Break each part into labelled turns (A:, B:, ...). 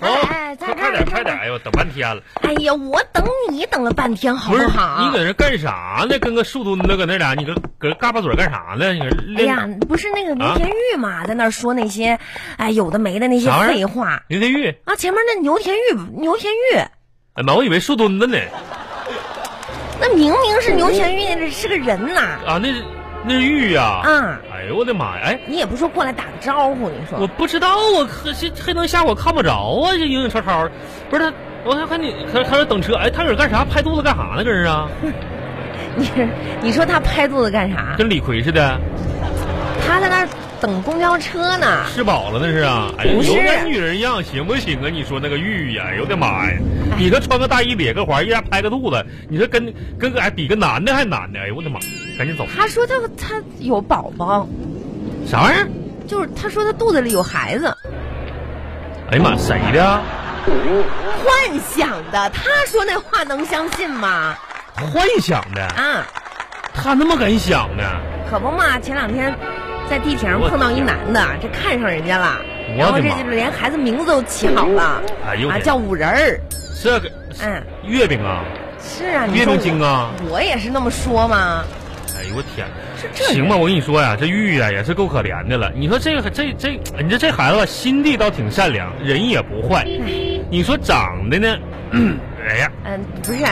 A: 哎，在
B: 啊快
A: 这儿
B: 哦快点，
A: 在这
B: 快
A: 儿
B: 点！哎呦，等半天了，
A: 哎呀，我等你等了半天，好
B: 不是
A: 好？
B: 你搁那干啥呢？跟个树墩子搁那俩，你搁搁嘎巴嘴干啥呢？你搁
A: 哎
B: 练
A: 呀，不是那个
B: 啊
A: 林田玉嘛，在那儿说那些，哎，有的没的那些
B: 啥玩意儿
A: 废话
B: 林天玉，
A: 啊。前面那牛田玉，牛田玉，
B: 哎妈，我以为树墩子呢
A: 那明明是牛田玉，那是个人呐。
B: 啊，那是那是玉呀、
A: 啊，
B: 哎呦我的妈呀！哎，
A: 你也不说过来打个招呼，你
B: 我
A: 说
B: 不知道啊，可是还能吓我看不着啊，这影影绰绰的。不是他，我还看你，还还有等车。哎，他搁这干啥？拍肚子干啥呢？搁这啊，
A: 你，你说他拍肚子干啥？
B: 跟李逵似的，
A: 他在那儿等公交车呢。
B: 吃饱了那是啊。哎呀，
A: 不是
B: 有点女人样，行不行啊？你说那个玉呀、哎呦我的妈呀！你这穿个大衣咧个环，一下拍个肚子，你这跟跟个哎比个男的还难呢。哎呦我的妈！赶紧走，
A: 他说他他有宝宝，
B: 啥玩意儿？
A: 就是他说他肚子里有孩子，
B: 哎呀妈，谁的啊？
A: 幻想的。他说那话能相信吗？
B: 幻想的，
A: 啊，
B: 他那么敢想呢？
A: 可不嘛，前两天在地铁上
B: 我
A: 碰到一男的，这看上人家了，
B: 我的
A: 然后这
B: 妈
A: 就是连孩子名字都起好了，
B: 哎呦我
A: 啊，
B: 的
A: 叫五仁儿。
B: 这个
A: 嗯，
B: 月饼啊！
A: 是啊，你
B: 月
A: 说
B: 饼精啊！
A: 我，我也是那么说嘛。
B: 哎呦我天哪！
A: 是这人
B: 行吧，我跟你说呀，这玉呀、也是够可怜的了。你说这个这这，你说这孩子吧心地倒挺善良，人也不坏。你说长得呢，嗯哎呀，
A: 嗯，不是，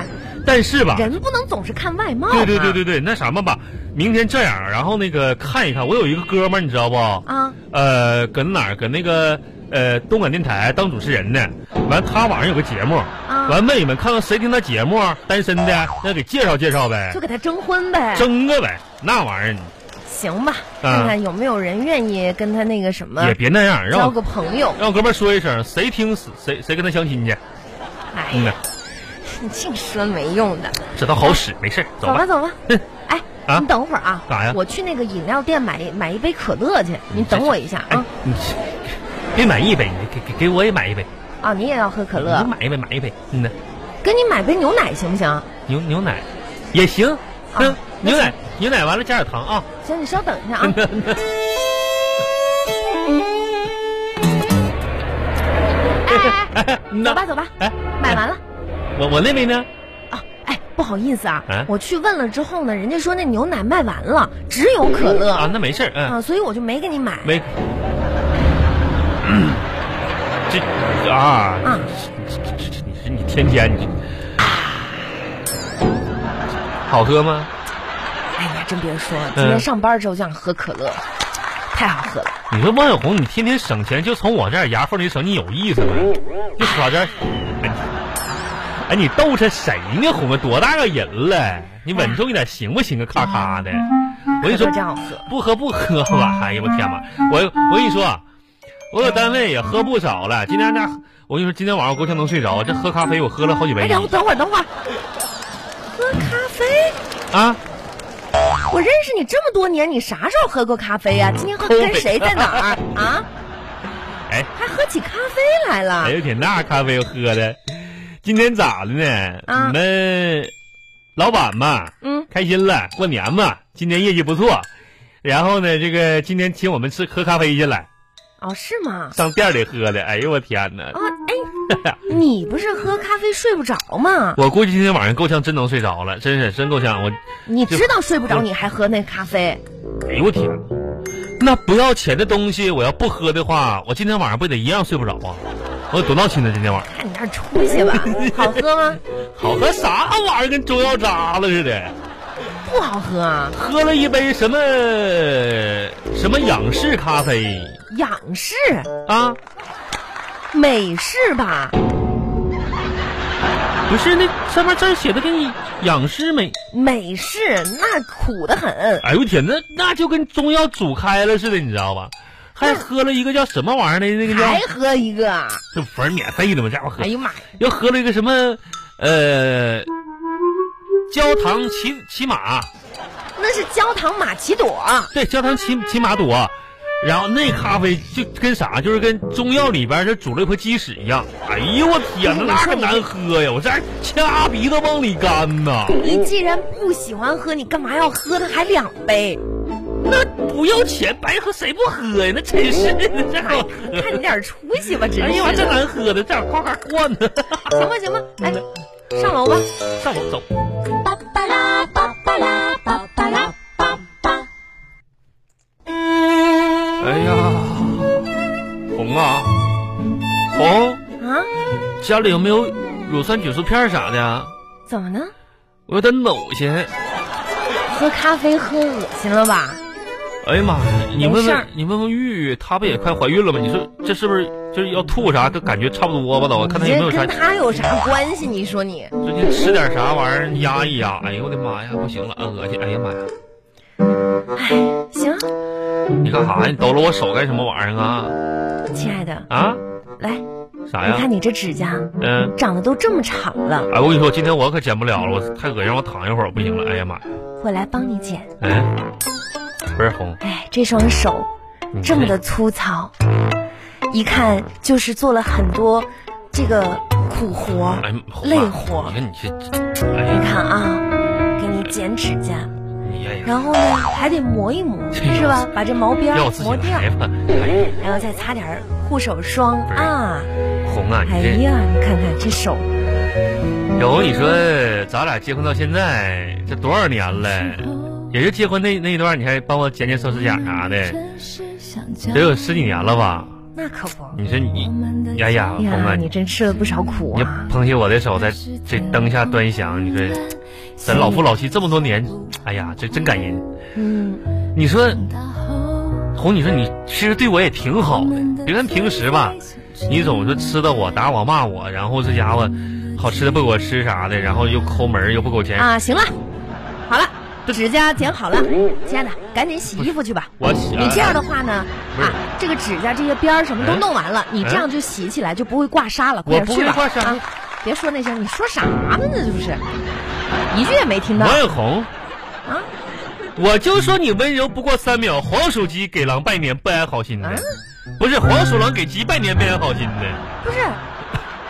B: 但是吧，
A: 人不能总是看外貌嘛。
B: 对对对对对，那什么吧，明天这样，然后那个看一看，我有一个哥们儿，你知道不？
A: 啊，
B: 呃，搁哪儿？搁那个呃东莞电台当主持人呢。完，他晚上有个节目，
A: 啊
B: 完问一问，看看谁听他节目，单身的那给介绍介绍呗
A: 就，给他征婚呗。
B: 争个呗，那玩意
A: 行吧，看看有没有人愿意跟他那个什
B: 嗯
A: 么
B: 儿也别那样，让
A: 交
B: 我
A: 个朋友。
B: 让我哥们儿说一声，谁听死谁谁跟他相亲去。
A: 哎
B: 嗯
A: 呀
B: 呐，，
A: 你净说没用的。
B: 这倒好使，没事儿，走
A: 啊走吧
B: 吧。
A: 走吧
B: 嗯，
A: 哎，
B: 啊
A: 你等会儿啊，
B: 干啥呀
A: 我去那个饮料店买买一杯可乐去，你等我一下
B: 哎
A: 啊。，
B: 你别买一杯，你给给给我也买一杯，
A: 啊，你也要喝可乐
B: 你？买一杯，买一杯。嗯呐，
A: 跟你买杯牛奶行不行？
B: 牛牛奶也行，嗯，
A: 啊那
B: 牛奶牛奶完了加点糖啊。
A: 行，你稍等一 下啊。
B: 哎，嗯
A: 哎哎，哎
B: 呐
A: 走吧走吧，
B: 哎，
A: 买完了
B: 我我那杯呢？
A: 啊。哎，不好意思啊
B: 啊，
A: 我去问了之后呢，人家说那牛奶卖完了，只有可
B: 啊
A: 乐，
B: 那没事儿，嗯，
A: 啊，所以我就没给你买。
B: 没。
A: 嗯
B: 这啊，
A: 啊，
B: 这这这你是你天天你这，好喝吗？
A: 哎呀，真别说，
B: 嗯
A: 今天上班的时候就想喝可乐，太好喝了。
B: 你说王小红，你天天省钱就从我这儿牙缝里省，你有意思吗？就搁这儿，哎你哎，你逗着谁呢？哄个多大个人了？你稳重一点行不行啊？咔咔的，我跟你说
A: 哎嗯可乐，真好喝。
B: 不喝不喝
A: 嗯
B: 吧。哎呀，我天妈！我我跟你说啊，我搁单位也喝不少了。今天那我跟你说，今天晚上我够呛能睡着。这喝咖啡我喝了好几
A: 哎，
B: 杯
A: 等等会儿，等会儿，喝咖啡。
B: 啊！
A: 我认识你这么多年，你啥时候喝过咖啡呀、今天喝跟谁在哪儿啊？
B: 哎
A: 还喝起咖啡来了？
B: 哎呦天，那咖啡喝的，今天咋的呢？
A: 啊
B: 你们老板嘛，
A: 嗯，
B: 开心了，过年嘛，今年业绩不错。然后呢，这个今天请我们吃喝咖啡去了，
A: 哦，是吗？
B: 上店里喝的。哎呦我天哪
A: 啊！，哎，你不是喝咖啡睡不着吗？
B: 我估计今天晚上够呛真能睡着了，真是真够呛。我，
A: 你知道睡不着，你还喝那咖啡？
B: 哎呦我天，那不要钱的东西我要不喝的话，我今天晚上不得一样睡不着啊？我有多闹心呢，今天晚上
A: 看你那出息吧，好喝吗？
B: 好喝啥玩意儿，跟中药渣了似的。
A: 不好喝啊，
B: 喝了一杯什么什么仰视咖啡
A: 仰视
B: 啊？
A: 美式吧，
B: 不是，那上面字儿写的跟仰视美。
A: 美式那苦得很。
B: 哎呦我天，那那就跟中药煮开了似的，你知道吧？还喝了一个叫什么玩意儿的，那个
A: 还
B: 叫
A: 喝一个啊，
B: 这不是免费的吗？家伙喝
A: 哎，呀妈呀！
B: 又喝了一个什么呃焦糖骑骑马，
A: 那是焦糖玛奇朵，啊
B: 对，焦糖骑骑马朵。然后那咖啡就跟啥，就是跟中药里边儿这煮了一坨鸡屎一样。哎呦我天哪，那可难喝呀！我这还掐鼻子往里干呐。
A: 你既然不喜欢喝，你干嘛要喝它还两杯？
B: 那不要钱白喝，谁不喝呀？那真是的，这 好喝。
A: 哎看你点出息吧，真
B: 哎呀妈，
A: 是
B: 这
A: 的。
B: 难喝的，这样夸夸灌的。
A: 行吧行吧，来上楼吧。
B: 上楼走。
C: 巴巴拉巴巴拉巴巴拉巴巴。
B: 哎呀，红啊，红，
A: 啊，
B: 家里有没有乳酸菌素片啥的？
A: 怎么呢？
B: 我有点恶心。
A: 喝咖啡喝恶心了吧？
B: 哎呀妈呀！你
A: 没
B: 问
A: 事儿
B: 问你问问玉玉，她不也快怀孕了吗？你说这是不是就是要吐啥？都感觉差不多吧都，看她
A: 你
B: 有没
A: 这
B: 有啥
A: 跟。他有啥关系？你说你，
B: 最近吃点啥玩意儿压一压。哎呦我的妈呀，不行了，恶心！哎呀妈呀，
A: 哎，行，
B: 你干啥呀？你抖了我手干什么玩意儿啊？
A: 亲爱的，
B: 啊？
A: 来，
B: 啥
A: 你
B: 哎呀？
A: 看你这指甲
B: 嗯。
A: 长得都这么长了，
B: 哎，我跟你说，今天我可剪不了了，我太恶心，让我躺一会儿，我不行了。哎呀妈呀！
A: 我来帮你剪。
B: 哎，不是红，
A: 哎，这双手
B: 你
A: 这么的粗糙，
B: 哎
A: 一看就是做了很多这个苦活
B: 哎，红啊
A: 累活
B: 你。看你这，哎呀，
A: 看啊，给你剪指甲，
B: 你哎呀，
A: 然后呢还得磨一磨，
B: 这个
A: 是吧？把这毛边
B: 要
A: 儿
B: 我自己
A: 磨掉
B: 来，吧。哎呀，
A: 然后再擦点儿护手霜
B: 不是
A: 啊。
B: 红啊，
A: 哎
B: 你这，
A: 呀，你看看这手，
B: 小红，你说咱俩结婚到现在这多少年了？也是结婚那那一段，你还帮我剪剪手指甲啥的，得有十几年了吧？
A: 那可不。
B: 你说你，你哎呀，啊红啊，
A: 呀，
B: 你
A: 你真吃了不少苦
B: 你
A: 啊！
B: 捧起我的手，在这灯下端详，你说咱老夫老妻这么多年，哎呀，这真感人。
A: 嗯，
B: 你说红，你说你其实对我也挺好的，别看平时吧，你总是吃的我打我骂我，然后这家伙好吃的不给我吃啥的，然后又抠门儿又不给我钱。
A: 啊，行了，好了，指甲剪好了，亲爱的，赶紧洗衣服去吧。
B: 我呃洗
A: 你这样的话呢，
B: 不是
A: 啊，这个指甲这些边儿什么都
B: 哎
A: 弄完了，你这样就洗起来就不会挂痧了。快
B: 我
A: 点
B: 不
A: 去
B: 会
A: 吧
B: 挂痧
A: 啊！别说那些，你说啥呢？这就是，一句也没听到
B: 王永红，
A: 啊！
B: 我就说你温柔不过三秒，黄鼠鸡给狼拜年不安好
A: 啊
B: 心的，
A: 嗯
B: 不是黄鼠狼给鸡拜年不安好心的，
A: 不是，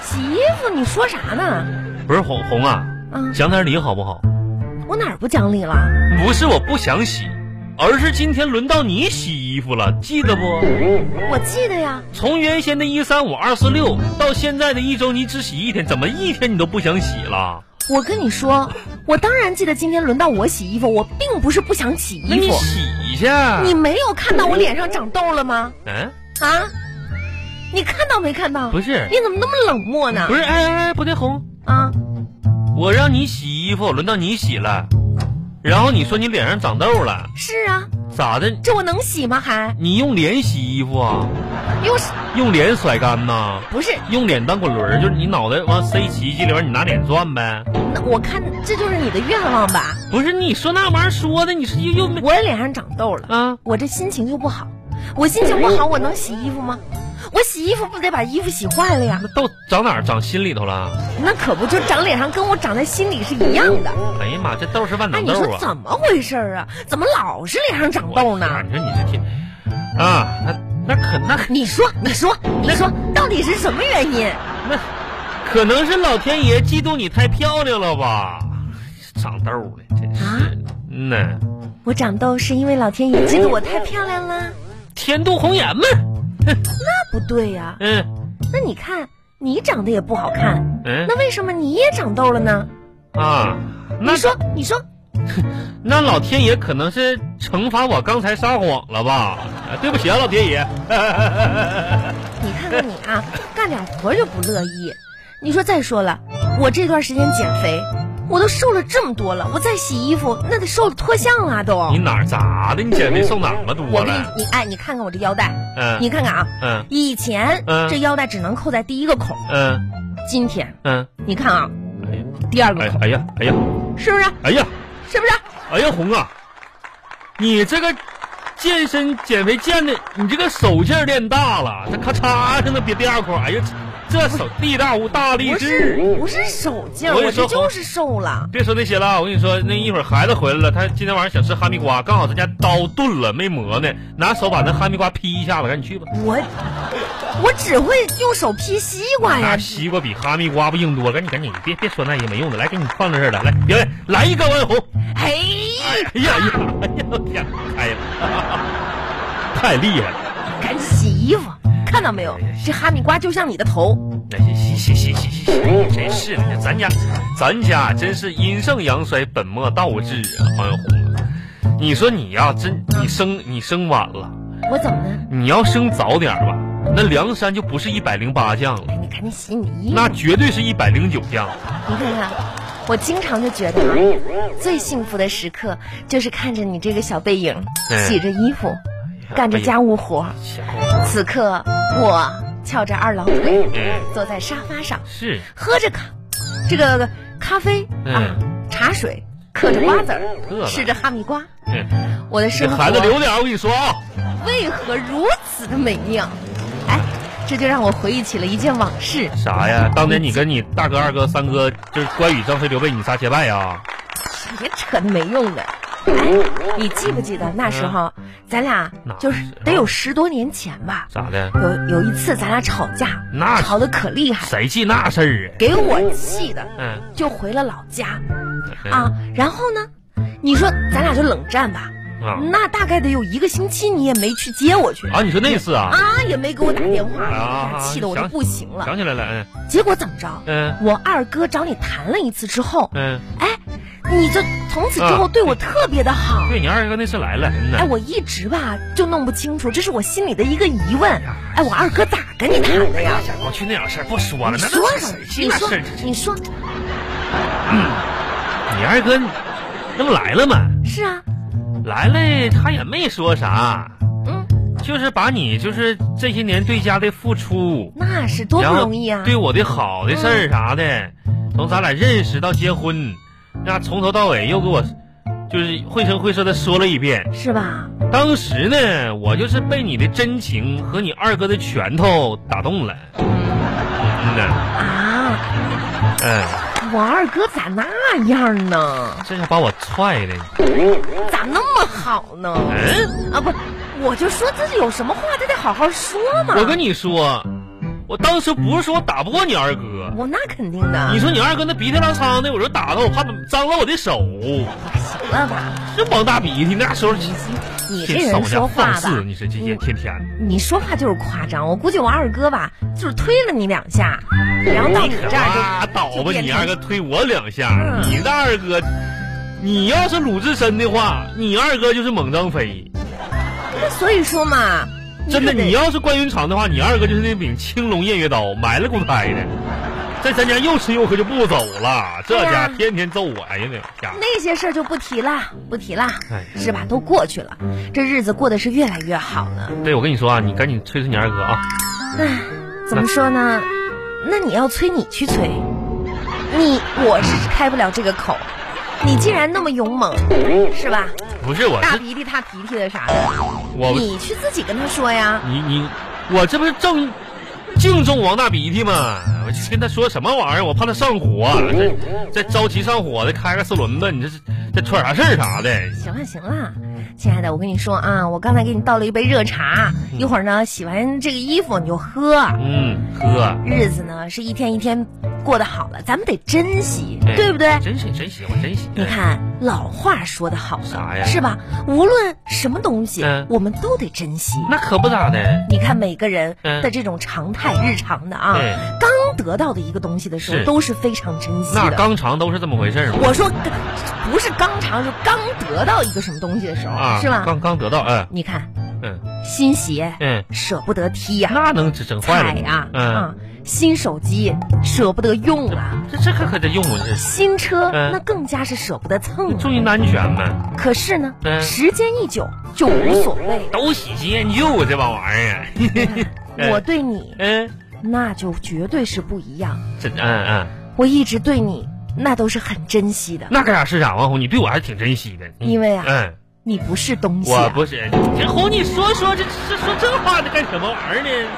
A: 洗衣服你说啥呢？
B: 不是红红啊，
A: 啊，
B: 讲点理好不好？
A: 我哪儿不讲理了？
B: 不是我不想洗，而是今天轮到你洗衣服了，记得不？
A: 我记得呀，
B: 从原先的一三五二四六到现在的一周，你只洗一天，怎么一天你都不想洗了？
A: 我跟你说，我当然记得今天轮到我洗衣服，我并不是不想洗
B: 那
A: 衣
B: 你
A: 服。
B: 洗去。
A: 你没有看到我脸上长痘了吗？
B: 嗯，
A: 啊，你看到没看到？
B: 不是，
A: 你怎么那么冷漠呢
B: 不？是，哎哎哎，不对，红，
A: 啊，
B: 我让你洗衣服，轮到你洗了，然后你说你脸上长痘了，
A: 是啊，
B: 咋的？
A: 这我能洗吗？还
B: 你用脸洗衣服啊？
A: 又是
B: 用脸甩干呐？
A: 不是？
B: 用脸当滚轮儿，就是你脑袋往塞洗衣机里边，你拿脸转呗。
A: 那我看这就是你的愿望吧？
B: 不是你说那玩意儿说的，你是又又没
A: 我脸上长痘了，
B: 啊？
A: 我这心情就不好。我心情不好，我能洗衣服吗？我洗衣服不得把衣服洗坏了呀？
B: 那痘长哪儿？长心里头了？
A: 那可不就长脸上，跟我长在心里是一样的。
B: 哎呀妈，这痘是万
A: 哎，
B: 能
A: 你
B: 痘啊！
A: 说怎么回事儿啊？怎么老是脸上长痘呢
B: 我？天你说你这天啊，那那可那
A: 你说，你说，你说，到底是什么原因？
B: 那可能是老天爷嫉妒你太漂亮了吧？长痘了，真是
A: 啊
B: 的。嗯呐，
A: 我长痘是因为老天爷嫉妒我太漂亮了？
B: 天妒红颜嘛。
A: 那不对呀、
B: 嗯
A: 那你看，你长得也不好看，
B: 嗯
A: 那为什么你也长痘了呢？
B: 啊，那
A: 你说，你说，
B: 那老天爷可能是惩罚我刚才撒谎了吧？啊对不起啊，老天爷。
A: 你看看你啊，干点活就不乐意。你说，再说了，我这段时间减肥，我都瘦了这么多了，我再洗衣服，那得瘦的脱相了啊都。
B: 你哪儿咋的？你减肥瘦哪儿了多
A: 我给你
B: 了？，
A: 你哎，你看看我这腰带，你
B: 嗯
A: 看看啊，
B: 嗯
A: 以前、
B: 嗯
A: 这腰带只能扣在第一个孔，
B: 嗯
A: 今天
B: 嗯。
A: 你看啊，第二个
B: 哎呀
A: 孔、
B: 哎呀哎呀
A: 是不是？
B: 哎呀！
A: 是不是？
B: 哎呀，红啊，你这个健身减肥健的，你这个手劲儿练大了，这咔嚓就能别第二块儿。哎呀，这手力大无大力
A: 不
B: 士。
A: 是，不是手劲儿，
B: 我跟
A: 我
B: 你说
A: 这就是瘦了。
B: 别说那些了，我跟你说，那一会儿孩子回来了，他今天晚上想吃哈密瓜，刚好在家刀钝了没磨呢，拿手把那哈密瓜劈一下子，赶紧去吧。
A: 我我只会用手劈西瓜哎呀
B: 那，西瓜比哈密瓜不硬多，赶紧赶紧，别别说那些没用的，来给你放在这儿了，来，表演，来一个王永红。
A: 哎
B: 哎哎呀呀！哎呀，我天！哎呀， 太厉害了！
A: 赶紧洗衣服，看到没有？这哈密瓜就像你的头，
B: 哎，洗洗洗洗洗洗！真是的，咱家咱家真是阴盛阳衰，本末倒置啊！黄小红，你说你呀、真你生你生晚了，
A: 我怎么了？
B: 你要生早点儿吧，那梁山就不是一百零八将了，
A: 哎，你赶紧洗你的衣服。
B: 那绝对是一百零九将。
A: 你看看，我经常就觉得啊，最幸福的时刻就是看着你这个小背影，
B: 嗯
A: 洗着衣服，干着家务活儿。
B: 哎小红
A: 此刻我翘着二郎腿，
B: 嗯
A: 坐在沙发上，
B: 是
A: 喝着咖这个咖啡啊
B: 嗯
A: 茶水，嗑着瓜子
B: 饿
A: 儿，
B: 了
A: 吃着哈密瓜。
B: 嗯
A: 我的生
B: 这
A: 活
B: 孩子留点儿，我跟你说啊，
A: 为何如此的美妙？哎，这就让我回忆起了一件往事。
B: 啥呀？当年你跟你大哥、二哥、三哥，就是关羽、张飞、刘备，你仨结拜啊呀？
A: 别扯那没用的。哎，你记不记得那时候，咱俩
B: 嗯哪
A: 就是
B: 时候
A: 得有十多年前吧？
B: 咋的？
A: 有有一次咱俩吵架，
B: 那
A: 吵得可厉害，
B: 谁记那事儿
A: 给我气的，
B: 啊？嗯
A: 就回了老家
B: 嗯
A: 啊。然后呢，你说咱俩就冷战吧？
B: 啊
A: 那大概得有一个星期，你也没去接我去
B: 啊！你说那次啊？
A: 啊，也没给我打电话，
B: 啊
A: 哎呀气得我都
B: 想
A: 不行了。
B: 想起来了，嗯
A: 结果怎么着？
B: 嗯
A: 我二哥找你谈了一次之后，
B: 嗯，
A: 哎，你就从此之后
B: 啊
A: 对我特别的好。
B: 对你二哥那次来了，嗯
A: 哎，
B: 呐，
A: 我一直吧就弄不清楚，这是我心里的一个疑问。哎，我二哥咋跟你谈的呀？
B: 过去那点事儿不说了，
A: 你
B: 那
A: 说
B: 那
A: 说
B: 谁，记
A: 你
B: 那
A: 说
B: 事儿？这，
A: 你说，
B: 你二哥那不来了吗？
A: 是啊，
B: 来了他也没说啥，
A: 嗯，
B: 就是把你就是这些年对家的付出，
A: 那是多不
B: 然后
A: 容易啊！
B: 对哦我的好的事儿啥的，从咱俩认识到结婚，那从头到尾又给我就是绘声绘色的说了一遍。
A: 是吧？
B: 当时呢，我就是被你的真情和你二哥的拳头打动了。嗯呐，
A: 啊，
B: 嗯，
A: 我二哥咋那样呢？
B: 这下把我踹的，
A: 咋那么好呢？
B: 嗯，
A: 啊，不，我就说这有什么话，他得好好说嘛。
B: 我跟你说，我当时不是说我打不过你二哥，
A: 我那肯定的。
B: 你说你二哥那鼻涕拉碴的，我就打他，我怕脏了我的手。
A: 行了吧？
B: 这王大鼻涕，那时候你
A: 你这人说话吧，
B: 你是这些天天的，
A: 你说话就是夸张。我估计我二哥吧，就是推了你两下，然后到你这
B: 拉
A: 儿
B: 倒
A: 就就
B: 吧！
A: 变
B: 你
A: 成
B: 二哥推我两下，
A: 嗯
B: 你那二哥，你要是鲁智深的话，你二哥就是猛张飞。
A: 那所以说嘛，你
B: 真的，
A: 可得
B: 你要是关云长的话，你二哥就是那柄青龙偃月刀，埋了骨胎的，在咱家又吃又喝就不走了。这
A: 对啊
B: 家
A: 呀
B: 天天揍我，哎呀那家伙，
A: 那些事儿就不提了，不提了，
B: 哎，
A: 是吧？都过去了，这日子过得是越来越好呢。
B: 对我跟你说啊，你赶紧催催你二哥啊！
A: 唉，怎么说呢？那你要催，你去催，你我是开不了这个口。你既然那么勇猛，是吧？
B: 不是我，
A: 大
B: 这
A: 鼻涕、大鼻涕的啥的，
B: 我
A: 你去自己跟他说呀。
B: 你你，我这不是正敬重王大鼻涕吗？我去跟他说什么玩意儿？我怕他上火，这这着急上火的开个四轮子，你这这出点啥事儿啥的？
A: 行了行了，亲爱的，我跟你说啊，我刚才给你倒了一杯热茶，一会儿呢洗完这个衣服你就喝。
B: 嗯，喝，
A: 日子呢是一天一天过得好了，咱们得珍惜，
B: 哎
A: 对不对？
B: 真是真行，我真行。
A: 你看，老话说得好
B: 啥
A: 呢，
B: 呀
A: 是吧？无论什么东西
B: 嗯，
A: 我们都得珍惜。
B: 那可不咋的。
A: 你看每个人
B: 嗯
A: 的这种常态、日常的啊
B: 对，
A: 刚得到的一个东西的时候，
B: 是
A: 都是非常珍惜
B: 那
A: 的。
B: 肛肠都是这么回事儿吗？
A: 我说，不是刚常，是刚得到一个什么东西的时候，
B: 啊，
A: 是吧？
B: 刚刚得到，嗯
A: 你看，
B: 嗯
A: 新鞋
B: 嗯，
A: 舍不得踢呀、
B: 那能整整坏嗯
A: 踩
B: 了
A: 呀
B: 吗，
A: 啊，新手机舍不得用啊，
B: 嗯，这这可可得用啊，这是
A: 新车
B: 嗯
A: 那更加是舍不得蹭啊。
B: 注意安全嘛，
A: 可是呢，
B: 嗯
A: 时间一久就无所谓。
B: 都喜新厌旧啊这帮玩意儿，嗯
A: 我对你
B: 嗯，
A: 那就绝对是不一样，
B: 这嗯嗯，
A: 我一直对你那都是很珍惜的。
B: 那干啥是啥，王红，你对我还是挺珍惜的，嗯
A: 因为啊
B: 嗯，
A: 你不是东西、
B: 我
A: 啊，
B: 不是，这红，你说说这这说这话，这干什么玩意儿呢？